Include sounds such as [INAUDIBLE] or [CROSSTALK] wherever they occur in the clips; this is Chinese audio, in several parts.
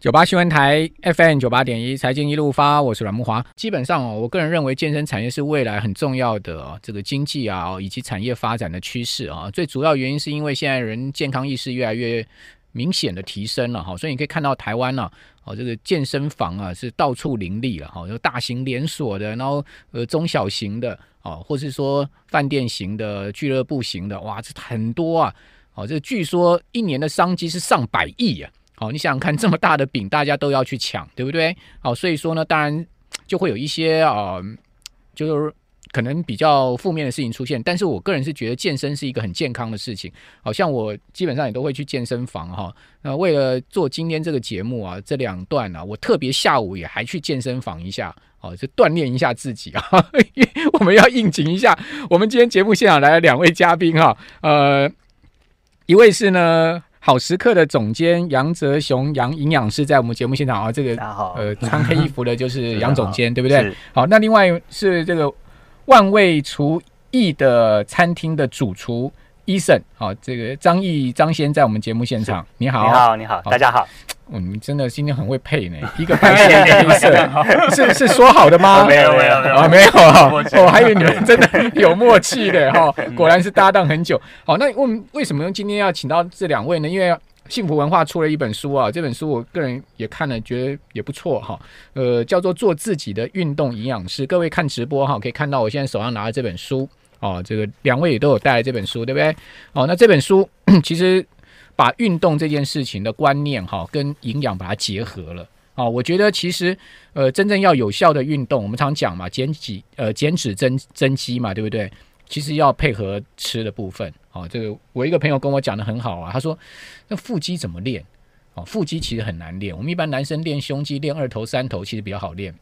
九八新闻台 FM 九八点一财经一路发，我是阮木华。基本上哦，我个人认为健身产业是未来很重要的、哦、这个经济啊、哦、以及产业发展的趋势啊。最主要原因是因为现在人健康意识越来越明显的提升了哈、哦所以你可以看到台湾呢、哦，这个健身房啊是到处林立了哦哈，有大型连锁的，然后呃中小型的哦，或是说饭店型的、俱乐部型的，哇，这很多啊。哦，这据说一年的商机是上百亿啊。好、你想想看，这么大的饼，大家都要去抢，对不对？好、所以说呢，当然就会有一些啊、呃就是可能比较负面的事情出现。但是我个人是觉得健身是一个很健康的事情，好、像我基本上也都会去健身房哈、那为了做今天这个节目啊，这两段啊，我特别下午也还去健身房一下。哦，就锻炼一下自己啊！ [LAUGHS] 因为我们要应景一下。我们今天节目现场来了两位嘉宾哈、呃，一位是呢好时刻的总监杨哲雄杨营养师，在我们节目现场啊，这个大家好，呃，穿黑衣服的就是杨总监，对不对？是好，那另外是这个万味厨艺的餐厅的主厨 Eason，好，这个张毅张先在我们节目现场，你好，你好，你好，好大家好，哦，你真的今天很会配 [LAUGHS] 呢，一个白线一个黑色，是是说好的吗？哦没有没有没有啊，没有啊默，契我还以为你们真的有默契的哈，果然是搭档很久。好，那我们为什么今天要请到这两位呢？因为幸福文化出了一本书啊，这本书我个人也看了，觉得也不错哈。呃，叫做《做自己的运动营养师》，各位看直播哈，可以看到我现在手上拿的这本书哦，这个两位也都有带来这本书，对不对？哦，那这本书 [COUGHS] 其实把运动这件事情的观念哈、跟营养把它结合了。啊、我觉得其实，呃，真正要有效的运动，我们常讲嘛，减脂，呃，减脂增增肌嘛，对不对？其实要配合吃的部分。哦，这个我一个朋友跟我讲的很好啊，他说那腹肌怎么练？哦，腹肌其实很难练。我们一般男生练胸肌、练二头、三头，其实比较好练，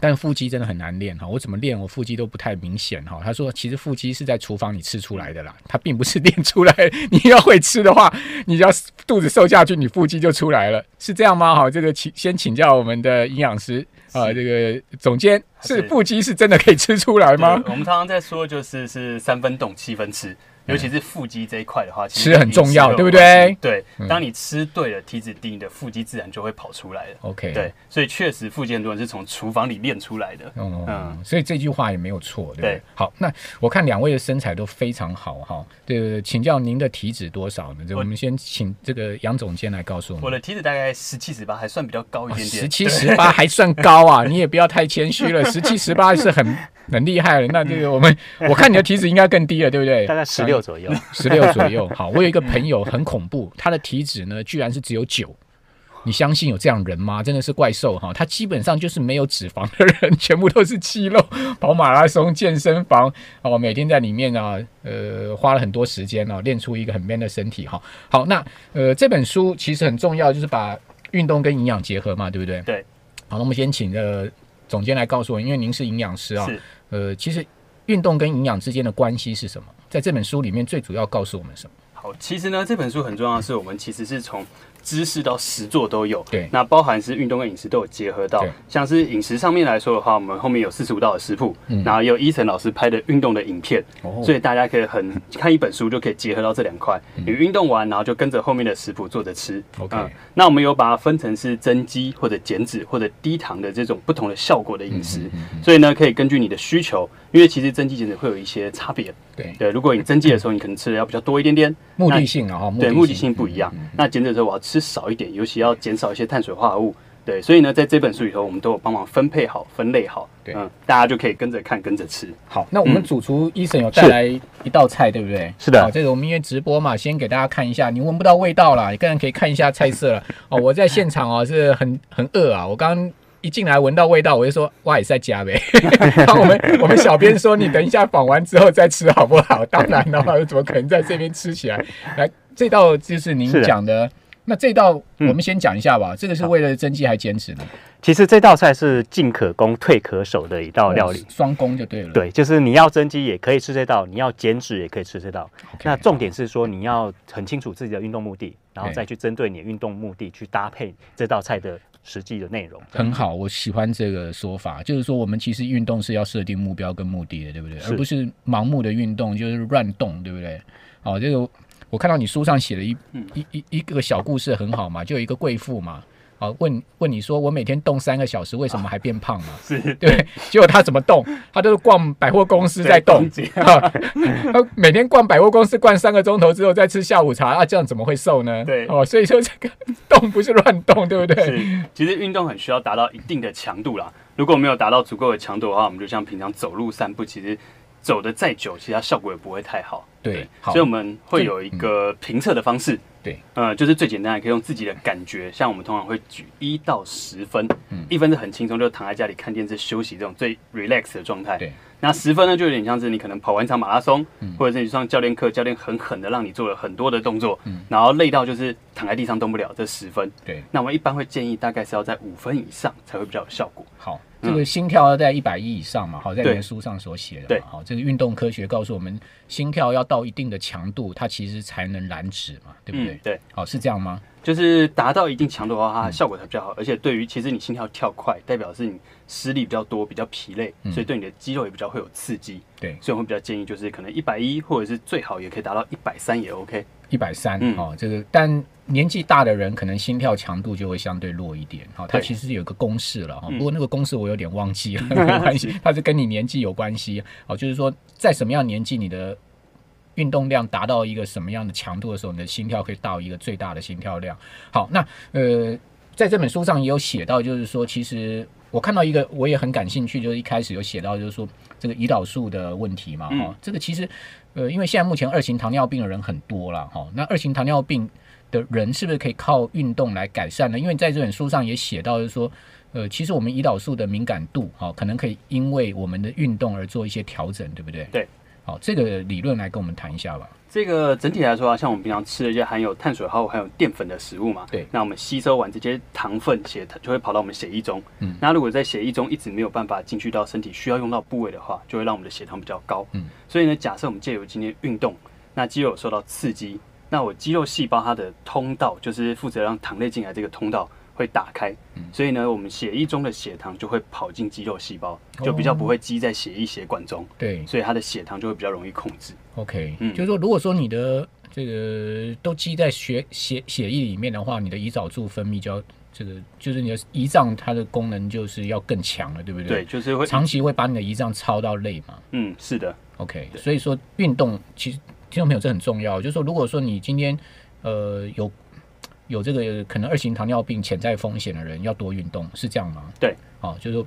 但腹肌真的很难练哦哈。我怎么练，我腹肌都不太明显哈。他说，其实腹肌是在厨房里吃出来的啦，它并不是练出来。你要会吃的话，你只要肚子瘦下去，你腹肌就出来了，是这样吗？哈，哦这个请先请教我们的营养师啊、这个总监，是是腹肌是真的可以吃出来吗？对我们常常在说，就是是三分懂，七分吃，尤其是腹肌这一块的话，其实吃很重要跟对不你肉对对嗯，当你吃对了，体脂低，你的腹肌自然就会跑出来了。 OK，对，，所以确实腹肌很多人是从厨房里练出来的。哦，嗯所以这句话也没有错，对不对对？好，那我看两位的身材都非常好哈，对对对，请教您的体脂多少呢？这我我们先请这个杨总监来告诉我们。哦的体脂大概十七十八，还算比较高一点点。十七十 [LAUGHS] 八还算高啊，你也不要太谦虚了，十七十八是很 [LAUGHS] 很厉害了。那这个我们，我看你的体脂应该更低了，对不对？大概十六左右，十六左右。 [LAUGHS] 好，我有一个朋友很恐怖，他的体脂呢居然是只有九。你相信有这样人吗？真的是怪兽哈！他基本上就是没有脂肪的人，全部都是肌肉。 [LAUGHS] 跑马拉松、健身房哦，每天在里面啊，呃，花了很多时间哦，练出一个很 man 的身体哈、好，那呃，这本书其实很重要，就是把运动跟营养结合嘛，对不对？对。好，那我们先请呃总监来告诉我，因为您是营养师啊，是呃，其实运动跟营养之间的关系是什么？在这本书里面最主要告诉我们什么？好，其实呢，这本书很重要的是，我们其实是从知识到实作都有。对那包含是运动跟饮食都有结合到对。像是饮食上面来说的话，我们后面有四十五道的食谱，嗯然后也有伊晨老师拍的运动的影片，哦所以大家可以很看一本书就可以结合到这两块。你运动完，然后就跟着后面的食谱做着吃。嗯嗯 OK 那我们有把它分成是增肌或者减脂或者低糖的这种不同的效果的饮食，嗯所以呢，可以根据你的需求，因为其实增肌减脂会有一些差别。对，对，如果你增肌的时候，你可能吃的要比较多一点点，目的性啊，哈，对，目的性不一样。嗯那减脂的时候，我要吃少一点，尤其要减少一些碳水化合物。对，所以呢，在这本书里头，我们都有帮忙分配好、分类好，对嗯，大家就可以跟着看、跟着吃。好，那我们嗯主厨医生有带来一道菜，对不对？是的好，这个我们因为直播嘛，先给大家看一下，你闻不到味道啦，你当然可以看一下菜色了。哦，我在现场哦，是很很饿啊，我刚。一进来闻到味道，我就说哇，也是在家 [LAUGHS] 呗。然后我们我们小编说，你等一下访完之后再吃好不好？当然了，怎么可能在这边吃起来？来，这道就是您是的讲的，那这道我嗯们先讲一下吧。这个是为了增肌还减脂呢？其实这道菜是进可攻退可守的一道料理嗯哦。双攻就对了。对，就是你要增肌也可以吃这道，你要减脂也可以吃这道。那重点是说你要很清楚自己的运动目的，然后再去针对你的运动目的去搭配这道菜的实际的内容。很好，我喜欢这个说法，就是说我们其实运动是要设定目标跟目的的，对不对？是而不是盲目的运动，就是乱动，对不对？哦，这个我看到你书上写了一、嗯一一一个小故事，很好嘛，就有一个贵妇嘛，哦，问问你说我每天动三个小时，为什么还变胖 [LAUGHS] 嘛？ [LAUGHS] 是对，结果他怎么动？他都是逛百货公司在动，对 [LAUGHS] 啊，他每天逛百货公司逛三个钟头之后，再吃下午茶啊，这样怎么会瘦呢？对哦，所以说这个动不是乱动，对不对？是，其实运动很需要达到一定的强度啦。如果没有达到足够的强度的话，我们就像平常走路、散步，其实走的再久，其实它效果也不会太好。对，好嗯所以，我们会有一个评测的方式。对，呃，就是最简单的，可以用自己的感觉，像我们通常会举一到十分，嗯一分是很轻松，就躺在家里看电视休息这种最 relax 的状态。对，嗯那十分呢，就有点像是你可能跑完一场马拉松，或者是你上教练课，教练狠狠的让你做了很多的动作，嗯然后累到就是躺在地上动不了，这十分。对，那我们一般会建议大概是要在五分以上才会比较有效果。好，这个心跳要在一百一以上嘛，好，在嗯对原书上所写的嘛，对好，这个运动科学告诉我们，心跳要到一定的强度，它其实才能燃脂嘛，对不对？嗯，对，好，是这样吗？就是达到一定强度的话，它效果才比较好。而且对于其实你心跳跳快，代表是你施力比较多，比较疲累，嗯所以对你的肌肉也比较会有刺激。对，所以我会比较建议就是可能一百一，或者是最好也可以达到一百三也 OK。一百三嗯哦，这个但年纪大的人可能心跳强度就会相对弱一点，好、它对其实有一个公式了哈、嗯不过那个公式我有点忘记 [LAUGHS] 了，没有关系，它是跟你年纪有关系，哦，就是说在什么样年纪你的。运动量达到一个什么样的强度的时候，你的心跳可以到一个最大的心跳量。好，那呃，在这本书上也有写到，就是说，其实我看到一个我也很感兴趣，就是一开始有写到，就是说这个胰岛素的问题嘛，哈、嗯这个其实呃，因为现在目前二型糖尿病的人很多了，哈、那二型糖尿病的人是不是可以靠运动来改善呢？因为在这本书上也写到，就是说。呃，其实我们胰岛素的敏感度，哈、可能可以因为我们的运动而做一些调整，对不对？对。好、这个理论来跟我们谈一下吧。这个整体来说啊，像我们平常吃的一些含有碳水化合物、含有淀粉的食物嘛，对那我们吸收完这些糖分，血就会跑到我们血液中。嗯那如果在血液中一直没有办法进去到身体需要用到部位的话，就会让我们的血糖比较高。嗯，所以呢，假设我们借由今天运动，那肌肉有受到刺激，那我肌肉细胞它的通道就是负责让糖类进来这个通道会打开，嗯所以呢，我们血液中的血糖就会跑进肌肉细胞，就比较哦不会积在血液血管中，对所以它的血糖就会比较容易控制。 ，OK，、嗯就是说，如果说你的这个都积在血血血液里面的话，你的胰岛素分泌就要这个，就是你的胰脏它的功能就是要更强了，对不对，对？就是会长期会把你的胰脏操到累嘛。嗯，是的， OK，所以说运动其实听众朋友这很重要，就是说如果说你今天呃有有这个可能二型糖尿病潜在风险的人，要多运动，是这样吗？对，哦，就是说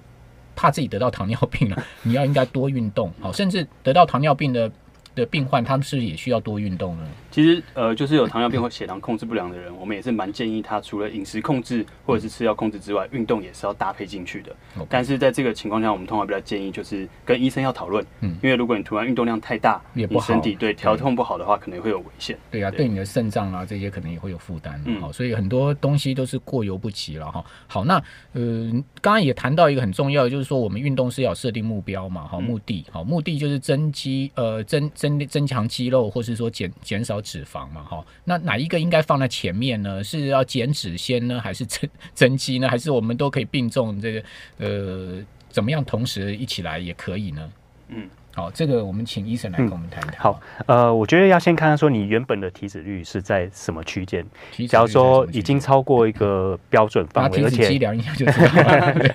怕自己得到糖尿病了， [LAUGHS] 你要应该多运动，好、甚至得到糖尿病的的病患，他们是不是也需要多运动呢？其实呃，就是有糖尿病或血糖控制不良的人，我们也是蛮建议他除了饮食控制或者是吃药控制之外，运动也是要搭配进去的 OK。但是在这个情况下，我们通常比较建议就是跟医生要讨论，嗯因为如果你突然运动量太大，也你不好身体对对调控不好的话，可能会有危险。对啊，对对你的肾脏啊这些可能也会有负担，好、嗯所以很多东西都是过犹不及了哈。好，那呃，刚刚也谈到一个很重要的，就是说我们运动是要有设定目标嘛，嗯好，目的，好，目的就是增肌，呃，增增增强肌肉，或是说减减少脂肪嘛，哈。那哪一个应该放在前面呢？是要减脂先呢， [LAUGHS] 还是增增肌呢？还是我们都可以并重这个呃，怎么样同时一起来也可以呢？嗯，好，这个我们请医生来跟我们谈一谈。嗯好，呃，我觉得要先看看说你原本的体脂率是在什么区间。体脂率假如说在什么区已间经超过一个标准把范围，体而脂机且量一下就知道了。 [LAUGHS] 对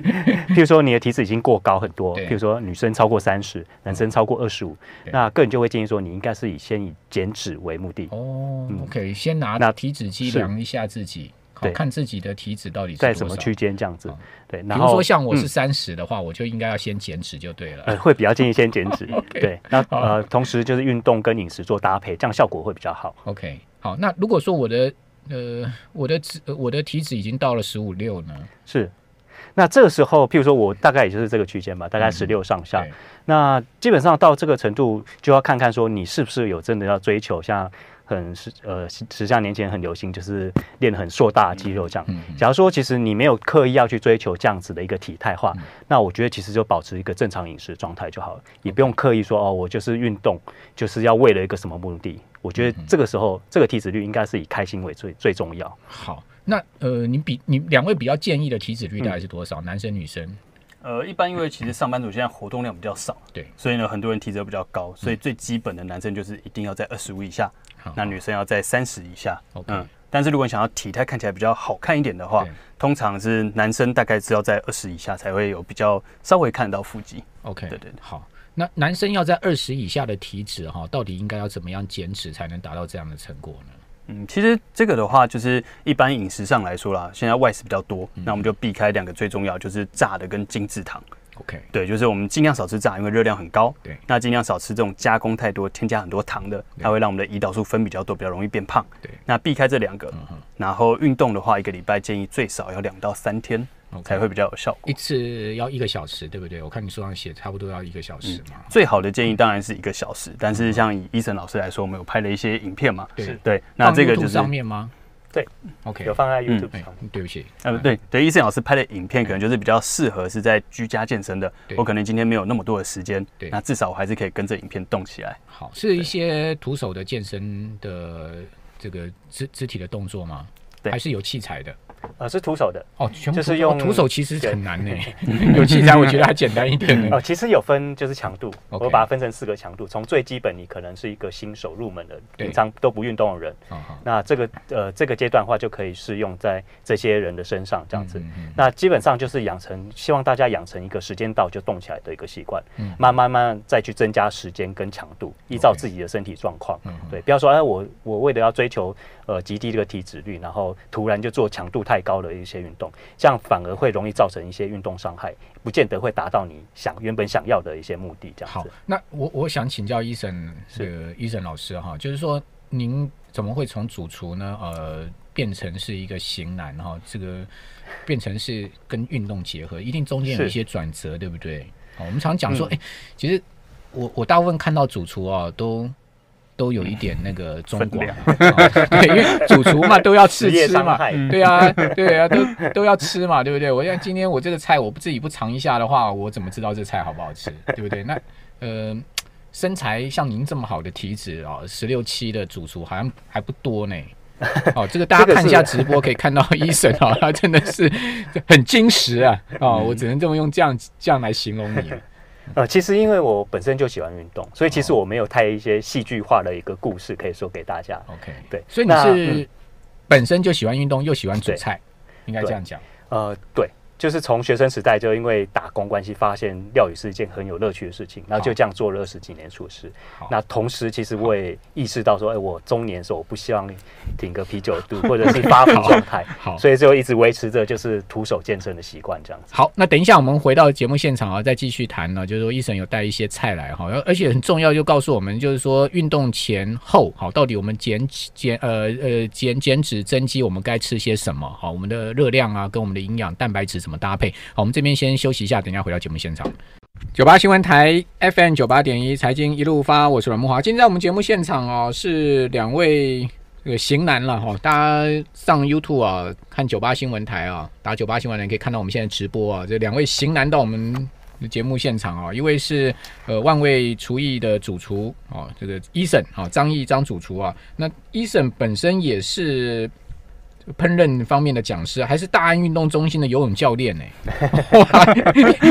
譬如说你的体脂已经过高很多，对譬如说女生超过三嗯十，男生超过二十五，对那个人就会建议说你应该是以先以减脂为目的，哦嗯，OK，先拿那体脂机是量一下自己，好对看自己的体脂到底是在多什么少区。间这样子哦好。对，比然如后说像我嗯是三十的话，我就应该要先减脂就对了。呃，会比较建议先减脂，对，那呃，同时就是运动跟饮食做搭配，这样效果会比较好。 OK，好，那如果说我的呃我的脂呃我的体脂已经到了十五六呢，是，那这个时候，譬如说我大概也就是这个区间吧，大概十六上下。对那基本上到这个程度，就要看看说你是不是有真的要追求像很十呃十十像年前很流行，就是练很硕大的肌肉这样。嗯嗯假如说其实你没有刻意要去追求这样子的一个体态嗯化，那我觉得其实就保持一个正常饮食状态就好了，也不用刻意说哦，我就是运动就是要为了一个什么目的。我觉嗯得这个时候，这个体脂率应该是以开心为最最重要。好，那呃你比你两位比较建议的体脂嗯率大概是多少？男生女生？呃，一般因为其实上班族现在活动量比较少，对所以呢很多人体脂都比较高，所以最基本的男生就是一定要在二十五以下，好那女生要在三十以下。嗯，OK，但是如果你想要体态看起来比较好看一点的话对，通常是男生大概是要在二十以下才会有比较稍微看得到腹肌。 OK，对对对好。那男生要在二十以下的体脂哈，到底应该要怎么样减脂才能达到这样的成果呢？嗯，其实这个的话，就是一般饮食上来说啦，现在外食比较多，嗯那我们就避开两个最重要，就是炸的跟精制糖。 OK，对，就是我们尽量少吃炸，因为热量很高。对那尽量少吃这种加工太多、添加很多糖的，它会让我们的胰岛素分比较多，比较容易变胖。对嗯那避开这两个，然后运动的话，一个礼拜建议最少要两到三天 OK 才会比较有效一果。次要一个小时，对不对？我看你书上写差不多要一个小时嘛。最好的建议当然是一个小时，但是像以医生老师来说，我们有拍了一些影片嘛，嗯对是对，那这个放就 YouTube 是上面吗？对，OK，有放在嗯 YouTube 哎上。，对不起，呃，对对，医生老师拍的影片可能就是比较适合是在居家健身的哎对。我可能今天没有那么多的时间对，那至少我还是可以跟着影片动起来。好，是一些徒手的健身的这个肢肢体的动作吗？对还是有器材的？呃，是徒手的。哦，全部就是徒手用哦徒手其实很难呢，有器材我觉得还简单一 [LAUGHS] 点哦，呢。其实有分就是强度嗯 OK 我把它分成四个强度，从最基本你可能是一个新手入门的，对平常都不运动的人，好好那这个呃这个阶段的话就可以适用在这些人的身上这样子。嗯嗯嗯那基本上就是养成，希望大家养成一个时间到就动起来的一个习惯，嗯慢慢慢慢再去增加时间跟强度，依照 OK 自己的身体状况。嗯嗯对，不要说哎、我我为了要追求呃极低这个体脂率，然后突然就做强度太高的一些运动，这样反而会容易造成一些运动伤害，不见得会达到你想原本想要的一些目的。这样好子，，那我我想请教医生，是医生老师哈，就是说您怎么会从主厨呢？呃，变成是一个型男哈，这个变成是跟运动结合，一定中间有是嗯一些转折，对不对？好，我们常讲说，哎、其实我我大部分看到主厨啊，都都有一点那个中分广量啊、对，因为主厨嘛都要吃职业吃嘛伤，害 [LAUGHS] 对啊，对啊，都都要吃嘛，对不对？我要今天我这个菜我不自己不尝一下的话，我怎么知道这菜好不好吃，对不对？那呃，身材像您这么好的体脂啊，十六七的主厨好像还不多呢。哦，这个大家这个看一是下直播可以看到 [LAUGHS] 医生啊，他真的是很矜持啊！哦，我只能这么用这样这样来形容你。呃，其实因为我本身就喜欢运动，所以其哦实我没有太一些戏剧化的一个故事可以说给大家。 OK，对所以你那嗯是本身就喜欢运动，又喜欢煮对菜，应该这样讲。呃，对，就是从学生时代就因为打工关系，发现料理是一件很有乐趣的事情，然后就这样做了二十几年厨师好。那同时，其实我也意识到说，哎，我中年的时候我不希望顶个啤酒肚或者是发福状态，好所以就一直维持着就是徒手健身的习惯这样子。好，那等一下我们回到节目现场啊，再继续谈呢。就是说，医生有带一些菜来哈，而且很重要，就告诉我们，就是说运动前后好，到底我们减减呃呃减减脂增肌，我们该吃些什么？好，我们的热量啊，跟我们的营养蛋白质怎么搭配？好，我们这边先休息一下，等一下回到节目现场。九八新闻台 FM 九八点一财经一路发，我是阮木华。今天在我们节目现场哦，是两位这个型男了哈、大家上 YouTube 啊，看九八新闻台啊，打九八新闻台可以看到我们现在直播啊，这两位型男到我们的节目现场啊，一位是呃万味厨艺的主厨哦，这个 Eason 啊，张毅张主厨啊，那 Eason 本身也是。烹饪方面的讲师，还是大安运动中心的游泳教练呢、 [LAUGHS] 哇，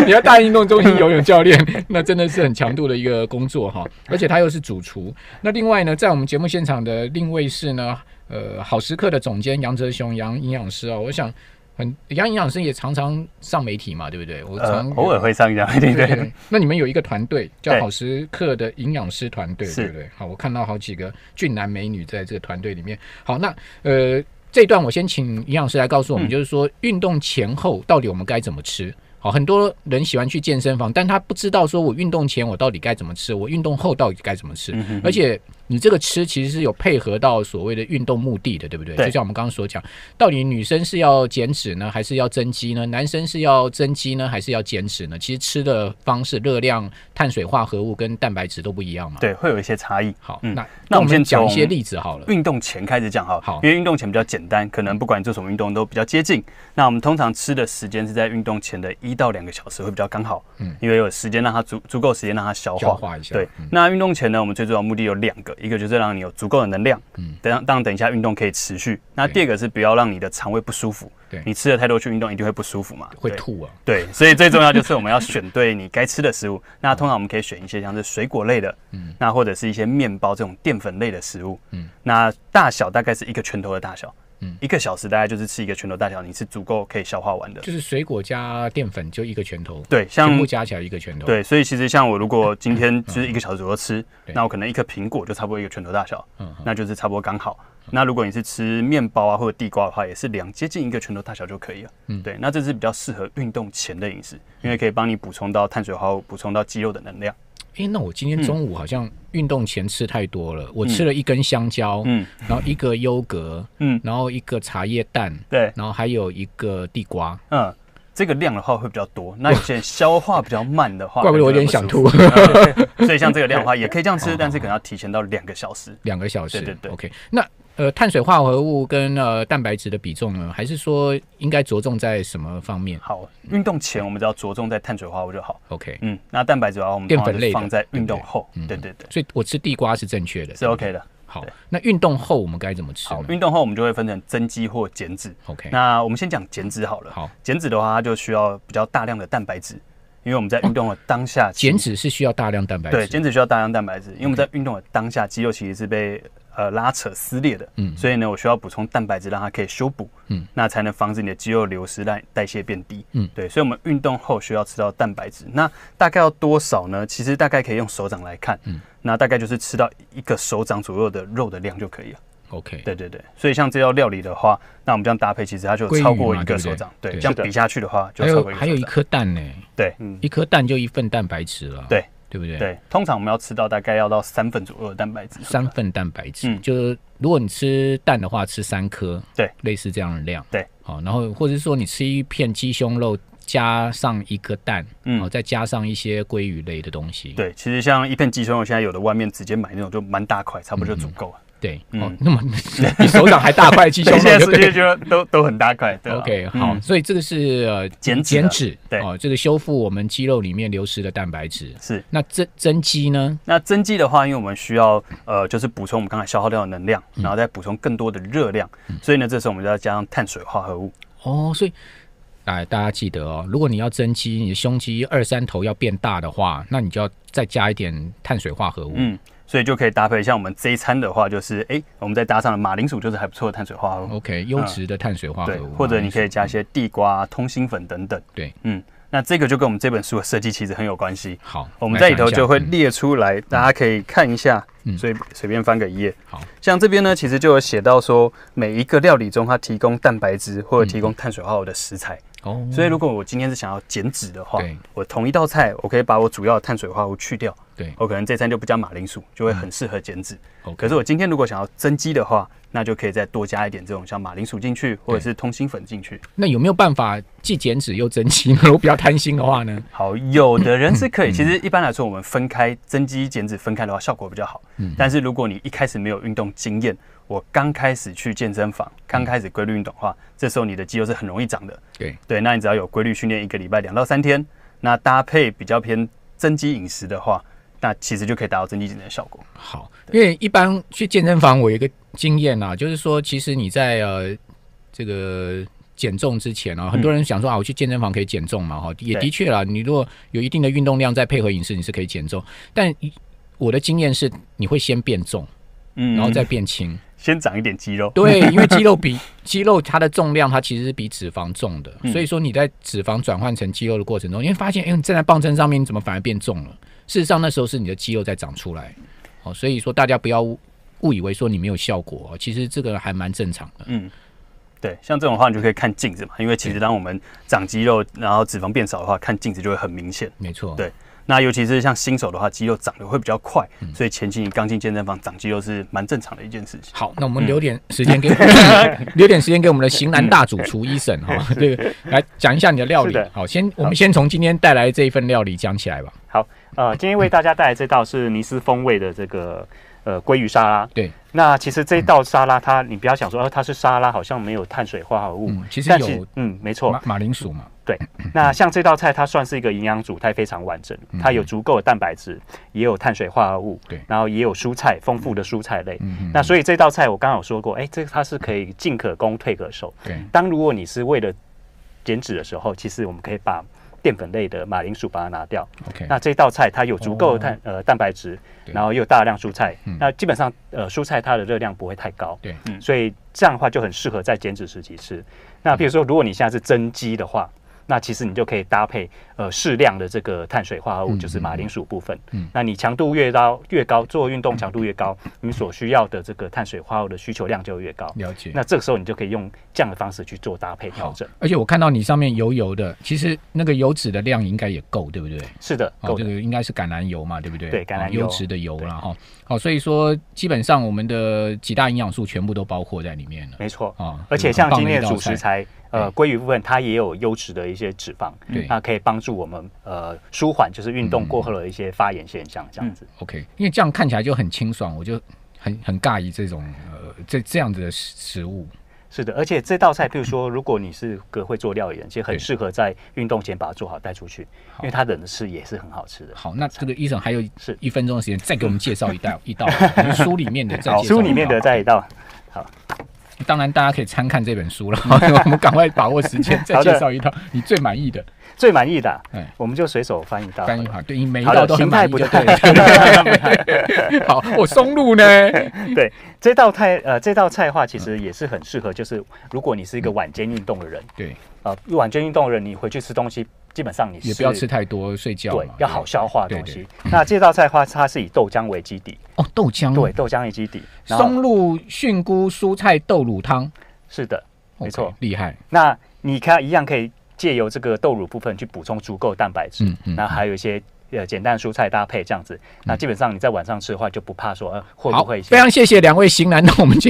你要大安运动中心游泳教练， [LAUGHS] 那真的是很强度的一个工作哈。而且他又是主厨。那另外呢，在我们节目现场的另一位是呢，呃，好时刻的总监杨哲雄杨营养师啊、我想很杨营养师也常常上媒体嘛，对不对？我呃常、，偶尔会上一张，对对对对对。那你们有一个团队叫对好时刻的营养师团队，是对不对？好，我看到好几个俊男美女在这个团队里面。好，那呃，这一段我先请营养师来告诉我们，嗯就是说运动前后到底我们该怎么吃？好，很多人喜欢去健身房，但他不知道说我运动前我到底该怎么吃，我运动后到底该怎么嗯吃。而且你这个吃其实是有配合到所谓的运动目的的，对不对？对就像我们刚刚所讲，到底女生是要减脂呢，还是要增肌呢？男生是要增肌呢，还是要减脂呢？其实吃的方式、热量、碳水化合物跟蛋白质都不一样嘛。，对，会有一些差异。好，嗯那那我我们们先讲一些从例子好了。运动前开始讲好，好因为运动前比较简单，可能不管你做什么运动都比较接近。那我们通常吃的时间是在运动前的一到两个小时会比较刚好，嗯因为有时间让它足足够时间让它消化消化一下嗯对，那运动前呢，我们最主要的目的有两个，一个就是让你有足够的能量，嗯嗯，等当然等一下运动可以持续。那对第二个是不要让你的肠胃不舒服，对你吃的太多去运动一定会不舒服嘛，会对吐啊，对，所以最重要就是我们要选对你该吃的食物。那通常我们可以选一些像是水果类的，嗯嗯，那或者是一些面包这种淀粉类的食物，嗯嗯，那大小大概是一个拳头的大小。一个小时大概就是吃一个拳头大小，你是足够可以消化完的。就是水果加淀粉就一个拳头，对，全像部加起来一个拳头。，对，所以其实像我如果今天就是一个小时左右吃，对那我可能一颗苹果就差不多一个拳头大小，嗯那就是差不多刚好。那如果你是吃面包啊或者地瓜的话，也是两接近一个拳头大小就可以了。嗯对，那这是比较适合运动前的饮食，因为可以帮你补充到碳水化合物，补充到肌肉的能量。哎，那我今天中午好像运动前吃太多了，我吃了一根香蕉，嗯然后一个优格，嗯，然后一个茶叶蛋，对，然后还有一个地瓜，嗯。这个量的话会比较多，那有些人消化比较慢的话， [LAUGHS] 怪不得我有可能点就想会吐。哦不舒服。所以像这个量的话，也可以这样吃，但是可能要提前到两个小时。 [LAUGHS] 两个小时，对对对 OK，那呃，碳水化合物跟呃蛋白质的比重呢，还是说应该着重在什么方面好，运动前我们只要着重在碳水化合物就好。 ？OK，嗯，那蛋白质的话，我们通常淀粉类的是放在运动后对不，嗯对对对对，所以我吃地瓜是正确的，是 OK 的。好对。那运动后我们该怎么吃好，呢运动后我们就会分成增肌或减脂。 ？OK，那我们先讲减脂好了。好，减脂的话，它就需要比较大量的蛋白质，因为我们在运动的当下，减脂是需要大量蛋白质，对减脂需要大量蛋白质，因为我们在运动的当下，肌肉其实是被呃拉扯撕裂的，嗯所以呢，我需要补充蛋白质让它可以修补，嗯，那才能防止你的肌肉流失，让代谢变低，嗯对，所以我们运动后需要吃到蛋白质，那大概要多少呢？其实大概可以用手掌来看，嗯，那大概就是吃到一个手掌左右的肉的量就可以了。 OK，对对对，所以像这道料理的话，那我们这样搭配，其实它就鲑鱼超过嘛一对个不对手掌，对，对这样是的比下去的话，就还超有过一个手掌。还有一颗蛋呢，对嗯一颗蛋就一份蛋白质了，对对不对？，对，通常我们要吃到大概要到三份左右的蛋白质。三份蛋白质，嗯就是如果你吃蛋的话，吃三颗，对，类似这样的量，对，好、然后或者是说你吃一片鸡胸肉，加上一颗蛋，嗯哦，再加上一些鲑鱼类的东西，对，其实像一片鸡胸肉，现在有的外面直接买那种就蛮大块，差不多就足够了。对，嗯哦，那么比手掌还大块鸡胸 [LAUGHS] 对，现在肉，世对界不对。就都都很大块，对吧 OK，好，嗯所以这个是呃减脂减的脂，对哦，这个修复我们肌肉里面流失的蛋白质。是。那增增肌呢？那增肌的话，因为我们需要呃，就是补充我们刚才消耗掉的能量，嗯然后再补充更多的热量，所以呢，这时候我们就要加上碳水化合物。哦，所以，哎，大家记得哦，如果你要增肌，你的胸肌二三头要变大的话，那你就要再加一点碳水化合物。嗯，所以就可以搭配像我们这一餐的话，就是哎、我们再搭上了马铃薯，就是还不错的碳水化合物， OK，优质的碳水化合嗯对，物嘛，或者你可以加一嗯些地瓜、啊通心粉等等。对，嗯，那这个就跟我们这本书的设计其实很有关系。好，我们来在里讲一头下就会嗯列出来，大家可以看一下，嗯所以随便翻个一页。好，像这边呢，其实就有写到说，每一个料理中它提供蛋白质或嗯者提供碳水化合物的食材。哦，所以如果我今天是想要减脂的话对，我同一道菜，我可以把我主要的碳水化合物去掉，对我可能这餐就不加马铃薯，就会很适合减脂。嗯，OK，可是我今天如果想要增肌的话，那就可以再多加一点这种像马铃薯进去，或者是通心粉进去。那有没有办法既减脂又增肌呢？如果比较贪心的话呢？好，有的人是 [COUGHS] 可以。其实一般来说，我们分开增肌减脂分开的话，效果比较好。嗯但是如果你一开始没有运动经验，我刚开始去健身房，刚开始规律运动的话，这时候你的肌肉是很容易长的。嗯对，对，那你只要有规律训练，一个礼拜两到三天，那搭配比较偏增肌饮食的话，那其实就可以达到增肌减脂的效果。好，因为一般去健身房，我有一个经验啊，就是说，其实你在呃这个减重之前啊，很多人想说啊，我去健身房可以减重嘛，哈，也的嗯对确啦，你如果有一定的运动量，再配合饮食，你是可以减重。但一我的经验是，你会先变重，嗯然后再变轻。先长一点肌肉。对，因为肌肉比肌肉它的重量，它其实是比脂肪重的，嗯所以说你在脂肪转换成肌肉的过程中，你会发现，哎、你站在磅秤上面，你怎么反而变重了？事实上，那时候是你的肌肉在长出来。哦，所以说大家不要误误以为说你没有效果、哦，其实这个还蛮正常的。嗯对，像这种的话，你就可以看镜子嘛，因为其实当我们长肌肉，然后脂肪变少的话，看镜子就会很明显。没错，对那尤其是像新手的话，肌肉长得会比较快，所以前期你刚进健身房长肌肉是蛮正常的一件事情。好，那我们留点时间给嗯 [LAUGHS] 留点时间给我们的型男大主厨医生哈，对，来讲一下你的料理是的。好，先我们先从今天带来这一份料理讲起来吧。好，呃，今天为大家带来这道是尼斯风味的这个呃鲑鱼沙拉。对，那其实这一道沙拉它，你不要想说，哦、它是沙拉，好像没有碳水化合物。嗯其实但有嗯，没错马。马铃薯嘛，对，那像这道菜，它算是一个营养组态非常完整，它有足够的蛋白质，也有碳水化合物，嗯对然后也有蔬菜，丰富的蔬菜类。嗯嗯那所以这道菜我刚刚有说过，哎，这它是可以进可攻退可守。对当如果你是为了减脂的时候，其实我们可以把淀粉类的马铃薯把它拿掉。 OK，那这道菜它有足够的碳、呃蛋白质，哦对然后又有大量蔬菜，嗯那基本上呃蔬菜它的热量不会太高，对，嗯所以这样的话就很适合在减脂时期吃。那比如说，如果你现在是蒸鸡的话，那其实你就可以搭配呃适量的这个碳水化合物，嗯就是马铃薯部分。嗯那你强度越高越高，做运动强度越高，你所需要的这个碳水化合物的需求量就越高。了解。那这个时候你就可以用这样的方式去做搭配调整。而且我看到你上面油油的，其实那个油脂的量应该也够，对不对？是的，哦，够这的。个应该是橄榄油嘛，对不对？对橄榄哦油优质的油啦，哈。好，所以说基本上我们的几大营养素全部都包括在里面了。没错，啊而且很像棒今的一天的道主菜食材，呃，鲑鱼部分它也有优质的一些脂肪对，嗯那可以帮助我们呃舒缓就是运动过后的一些发炎现象，这样子。 OK，因为这样看起来就很清爽，我就很很尬意这种呃这这样子的食食物。是的，而且这道菜，譬如说，如果你是个会做料理的人，其实对很适合在运动前把它做好带出去，因为它冷着吃也是很好吃的。好，那这个医生还有是一分钟的时间，再给我们介绍一道 [LAUGHS] 一道我们书里面的再介绍一道书里面的再一道，当然大家可以参看这本书了， [LAUGHS] 我们赶快把握时间，再好的介绍一道你最满意的最满意的啊哎，我们就随手翻一道。翻译法，对你每一好道的都很形态满意不就太对了。 [LAUGHS] 好，我松露呢？ [LAUGHS] 对，这道菜呃，这道菜的话，其实嗯也是很适合，就是如果你是一个晚间运动的人，对，啊，晚间运动的人，你回去吃东西，基本上你也是不要吃太多，睡觉对嘛，要好消化的对东对西。那这道菜的话，它是以豆浆为基底，哦，豆浆对，，豆浆为基底，然后松露菌菇蔬菜豆乳汤，是的，没 OK，错厉害。那你看一样可以借由这个豆乳部分去补充足够蛋白质，嗯嗯那还有一些呃简单的蔬菜搭配这样子，那基本上你在晚上吃的话就不怕说呃会好不会，非常谢谢两位型男到我们节目。